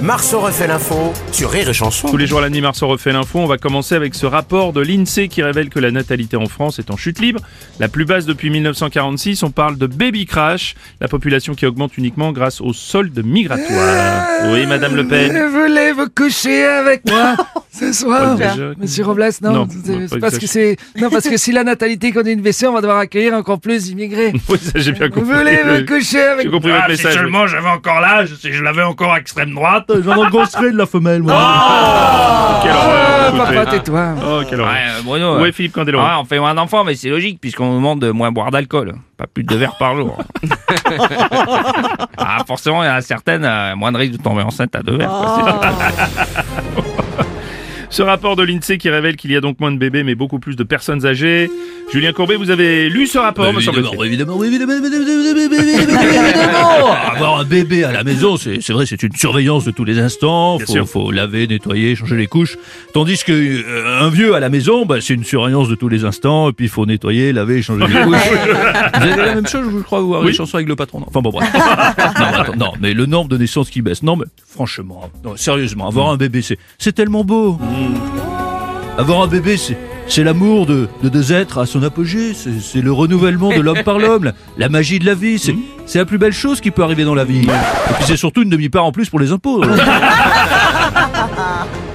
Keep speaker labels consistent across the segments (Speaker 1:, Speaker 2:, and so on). Speaker 1: Marceau refait l'info sur Rire et Chanson.
Speaker 2: Tous les jours à la nuit, Marceau refait l'info. On va commencer avec ce rapport de l'INSEE qui révèle que la natalité en France est en chute libre, la plus basse depuis 1946. On parle de baby crash, la population qui augmente uniquement grâce aux soldes migratoires. Oui, Madame Le Pen.
Speaker 3: voulez vous coucher avec moi ce
Speaker 2: Paul
Speaker 3: soir
Speaker 2: Déjà.
Speaker 3: Monsieur Robles, non,
Speaker 2: Non,
Speaker 3: c'est-
Speaker 2: non,
Speaker 3: c'est
Speaker 2: Paul
Speaker 3: parce que
Speaker 2: Déjà.
Speaker 3: c'est non parce que si la natalité continue de baisser, on va devoir accueillir encore plus d'immigrés.
Speaker 2: Oui, ça, j'ai bien compris.
Speaker 3: voulez vous
Speaker 2: Oui.
Speaker 3: coucher avec
Speaker 2: J'ai compris
Speaker 4: Ah,
Speaker 2: votre
Speaker 4: si
Speaker 2: message.
Speaker 4: seulement j'avais encore l'âge, si je l'avais encore extrême droite.
Speaker 2: J'en de la femelle, moi. Oh, quelle
Speaker 3: Ah,
Speaker 2: horreur.
Speaker 3: Papa,
Speaker 2: écoutez.
Speaker 3: tais-toi.
Speaker 2: Oh, quelle horreur.
Speaker 4: euh, Bruno.
Speaker 2: Oui, Philippe Candelo.
Speaker 4: ouais, on fait moins d'enfants, mais c'est logique, puisqu'on nous demande de moins boire d'alcool. Pas plus de deux verres par jour. ah, forcément, il y en a certaines, euh, moins de risque de tomber enceinte à deux verres.
Speaker 2: Ah.
Speaker 4: quoi.
Speaker 2: Ce rapport de l'INSEE qui révèle qu'il y a donc moins de bébés, mais beaucoup plus de personnes âgées. Julien Courbet, vous avez lu ce rapport,
Speaker 4: Bah
Speaker 2: me semble-t-il.
Speaker 5: Évidemment, évidemment, évidemment, évidemment, évidemment, évidemment. Avoir un bébé à la maison, c'est c'est vrai, c'est une surveillance de tous les instants.
Speaker 2: Bien
Speaker 5: Faut,
Speaker 2: sûr.
Speaker 5: faut laver, nettoyer, changer les couches. Tandis que euh, un vieux à la maison, bah, c'est une surveillance de tous les instants. Et puis il faut nettoyer, laver, changer les couches. Vous avez la même chose, je crois, vous avez
Speaker 2: Oui.
Speaker 5: une chanson avec le patron. non Enfin bon, bref. non, mais attends, non, mais le nombre de naissances qui baisse. Non, mais franchement, non, sérieusement, avoir un bébé, c'est c'est tellement beau. Avoir un bébé, c'est, c'est l'amour de, de deux êtres à son apogée, c'est, c'est le renouvellement de l'homme par l'homme, la, la magie de la vie, c'est, c'est la plus belle chose qui peut arriver dans la vie. Et puis c'est surtout une demi-part en plus pour les impôts.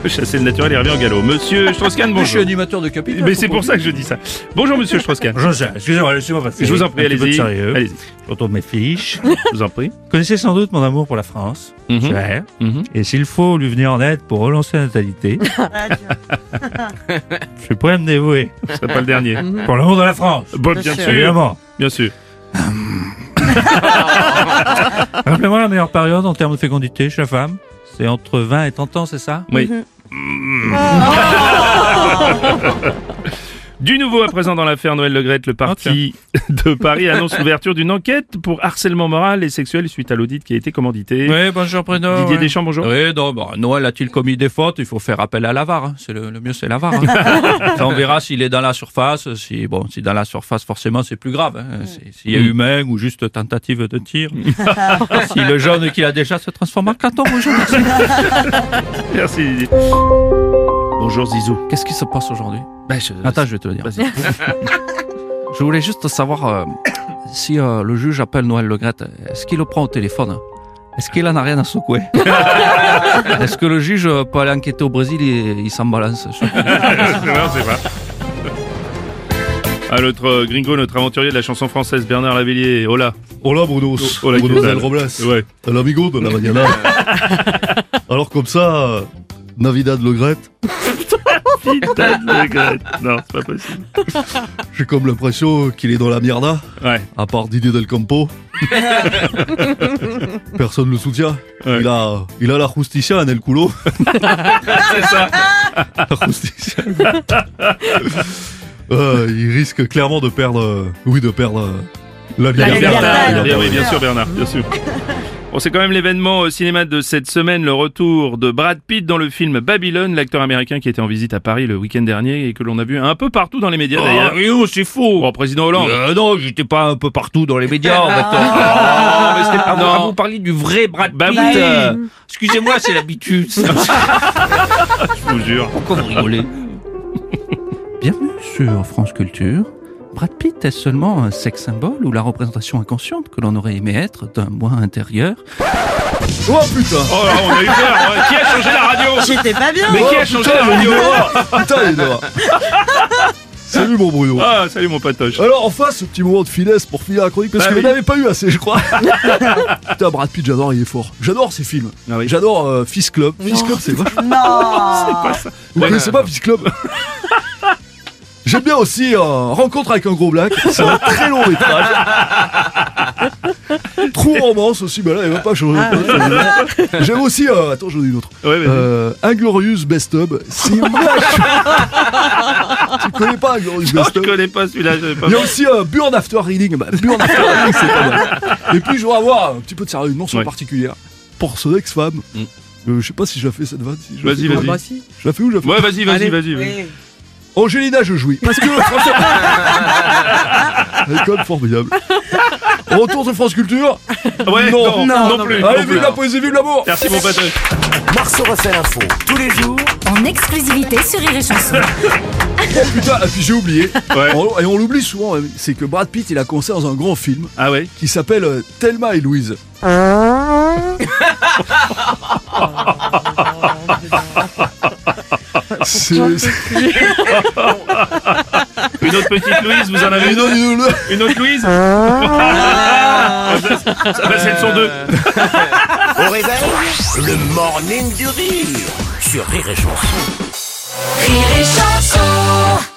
Speaker 2: Chasser le naturel et revient en galop. Monsieur Strauss-Kahn,
Speaker 5: Moi, je suis
Speaker 2: bonjour.
Speaker 5: animateur de capital.
Speaker 2: Mais c'est pour ça que je dis ça. Bonjour, monsieur Strauss-Kahn.
Speaker 5: Je sais, excusez-moi, laissez-moi passer.
Speaker 2: Je vous en prie,
Speaker 5: Un petit peu de
Speaker 2: allez-y.
Speaker 5: sérieux.
Speaker 2: Allez-y,
Speaker 5: Je retourne mes fiches.
Speaker 2: je vous en prie.
Speaker 5: Vous connaissez sans doute mon amour pour la France.
Speaker 2: Mhm.
Speaker 5: Cher.
Speaker 2: Mhm.
Speaker 5: Et s'il faut lui venir en aide pour relancer la natalité, je suis prêt à me dévouer
Speaker 2: Ce sera pas le dernier.
Speaker 5: pour l'amour de la France.
Speaker 2: Bon, bien sûr.
Speaker 5: Évidemment.
Speaker 2: Bien sûr.
Speaker 5: Rappelez-moi la meilleure période en termes de fécondité chez la femme. C'est entre 20 et 30 ans, c'est ça
Speaker 2: Oui. Du nouveau à présent dans l'affaire Noël Legrette, le parti de Paris annonce l'ouverture d'une enquête pour harcèlement moral et sexuel suite à l'audit qui a été commandité.
Speaker 5: Oui, bonjour Bruno.
Speaker 2: Didier
Speaker 5: ouais.
Speaker 2: Deschamps, bonjour.
Speaker 5: Oui, non, bon, Noël a-t-il commis des fautes Il faut faire appel à l'avare. hein. C'est le, le mieux, c'est l'avare. hein. Ça, on verra s'il est dans la surface. Si bon, si dans la surface, forcément, c'est plus grave. hein. Si- S'il y
Speaker 2: Mm.
Speaker 5: a humain ou juste tentative de tir. si le jaune qu'il a déjà se transforme en carton rouge.
Speaker 2: Merci Didier. Bonjour Zizou.
Speaker 6: Qu'est-ce qui se passe aujourd'hui
Speaker 5: Attends, je vais te le dire.
Speaker 6: Je voulais juste savoir euh, si euh, le juge appelle Noël Le Graët, est-ce qu'il le prend au téléphone Est-ce qu'il en a rien à secouer Est-ce que le juge euh, peut aller enquêter au Brésil et il s'en balance Je-
Speaker 2: C'est vrai, c'est vrai. Ah, notre euh, gringo, notre aventurier de la chanson française, Bernard Lavillier. Hola.
Speaker 7: Hola Bruno,
Speaker 2: Oh, hola,
Speaker 7: Bruno
Speaker 2: ¿qué
Speaker 7: del
Speaker 2: tal?
Speaker 7: Robles,
Speaker 2: Ouais.
Speaker 7: el amigo de la mañana. Alors comme ça, euh, Navidad Le Grette,
Speaker 2: Putain de Legrette. Non, c'est pas possible.
Speaker 7: j'ai comme l'impression qu'il est dans la mierda,
Speaker 2: Ouais.
Speaker 7: à part Didier Del Campo. Personne le soutient.
Speaker 2: Ouais.
Speaker 7: Il, a, il a la justicia en el culo.
Speaker 2: C'est ça.
Speaker 7: La justicia. Euh, il risque clairement de perdre, euh, oui, de perdre euh, la liberté.
Speaker 2: Bernard,
Speaker 8: Bernard,
Speaker 2: Bernard,
Speaker 7: Bernard.
Speaker 2: oui, bien sûr, Bernard, bien sûr. Bon, c'est quand même l'événement au cinéma de cette semaine, le retour de Brad Pitt dans le film Babylone, l'acteur américain qui était en visite à Paris le week-end dernier et que l'on a vu un peu partout dans les médias d'ailleurs.
Speaker 5: Rio, c'est faux.
Speaker 2: Bon, président Hollande.
Speaker 5: Euh, non, j'étais pas un peu partout dans les médias. en fait.
Speaker 4: Ah, mais c'était pas
Speaker 5: Non.
Speaker 4: moi. vous parliez du vrai Brad Pitt.
Speaker 2: Bah oui.
Speaker 4: euh, Excusez-moi, c'est l'habitude.
Speaker 2: Je vous jure.
Speaker 5: Pourquoi vous rigolez
Speaker 6: Bienvenue sur France Culture. Brad Pitt est seulement un sex symbole ou la représentation inconsciente que l'on aurait aimé être d'un moi intérieur
Speaker 7: Oh putain
Speaker 2: Oh là, on a eu peur. ouais. Qui a changé la radio
Speaker 8: J'étais pas bien.
Speaker 2: Mais qui a
Speaker 7: Oh,
Speaker 2: changé
Speaker 7: putain,
Speaker 2: la radio
Speaker 7: il est dehors. Putain, il est dehors. Salut mon Bruno
Speaker 2: Ah, salut mon patoche.
Speaker 7: Alors enfin ce petit moment de finesse pour finir la chronique parce
Speaker 2: Bah
Speaker 7: que
Speaker 2: oui.
Speaker 7: vous n'avez pas eu assez je crois. Putain Brad Pitt j'adore il est fort. J'adore ses films.
Speaker 2: Ah oui.
Speaker 7: J'adore euh, Fist Club. Fist Club c'est vachement.
Speaker 8: Non.
Speaker 7: Vous connaissez pas Fist Club J'aime bien aussi euh, Rencontre avec un gros black. C'est un très long métrage. Trou romance aussi, mais là elle va pas changer. J'aime aussi, euh, attends j'en ai une autre.
Speaker 2: Ouais, vas-y.
Speaker 7: Euh, Inglorious Best Of. C'est vache. tu connais pas Inglorious
Speaker 2: Non,
Speaker 7: Best
Speaker 2: Oh, je
Speaker 7: Of
Speaker 2: connais pas celui-là. j'avais pas-
Speaker 7: il y a aussi euh, Burn After Reading. Bah, Burn After Reading, c'est pas mal. Et puis, je voudrais avoir un petit peu de sérieux, une mention
Speaker 2: Ouais. Mm.
Speaker 7: particulière pour son ex-femme.
Speaker 5: Euh, je sais pas si je la fais cette vanne. si je la
Speaker 2: Vas-y,
Speaker 5: fais.
Speaker 2: vas-y.
Speaker 3: Bah si.
Speaker 5: Je la fais ou je la fais
Speaker 2: Ouais, vas-y, vas-y,
Speaker 3: Allez.
Speaker 2: vas-y. vas-y.
Speaker 5: Angelina, je jouis. Parce que. École formidable. On retourne sur France Culture.
Speaker 2: Ouais, non,
Speaker 5: Non. Ah.
Speaker 2: non, plus. non
Speaker 5: Allez,
Speaker 2: plus.
Speaker 5: vive la poésie, vive l'amour.
Speaker 2: Merci, mon Patoche.
Speaker 1: Marceau refait l'info tous les jours
Speaker 9: En exclusivité sur Rire et Chanson.
Speaker 5: Putain, et puis j'ai oublié.
Speaker 2: Ouais.
Speaker 5: On- Et on l'oublie souvent, hein, c'est que Brad Pitt, il a commencé dans un grand film
Speaker 2: Ah ouais
Speaker 5: qui s'appelle euh, Thelma et Louise. C'est- c'est-
Speaker 2: Une autre petite Louise, vous en avez une
Speaker 5: Non,
Speaker 2: autre
Speaker 5: non, non, non.
Speaker 2: Une autre Louise Ah, ça, bah, C'est le son 2.
Speaker 1: au réveil. Le morning du rire sur Rire et Chanson.
Speaker 9: Rire et Chanson.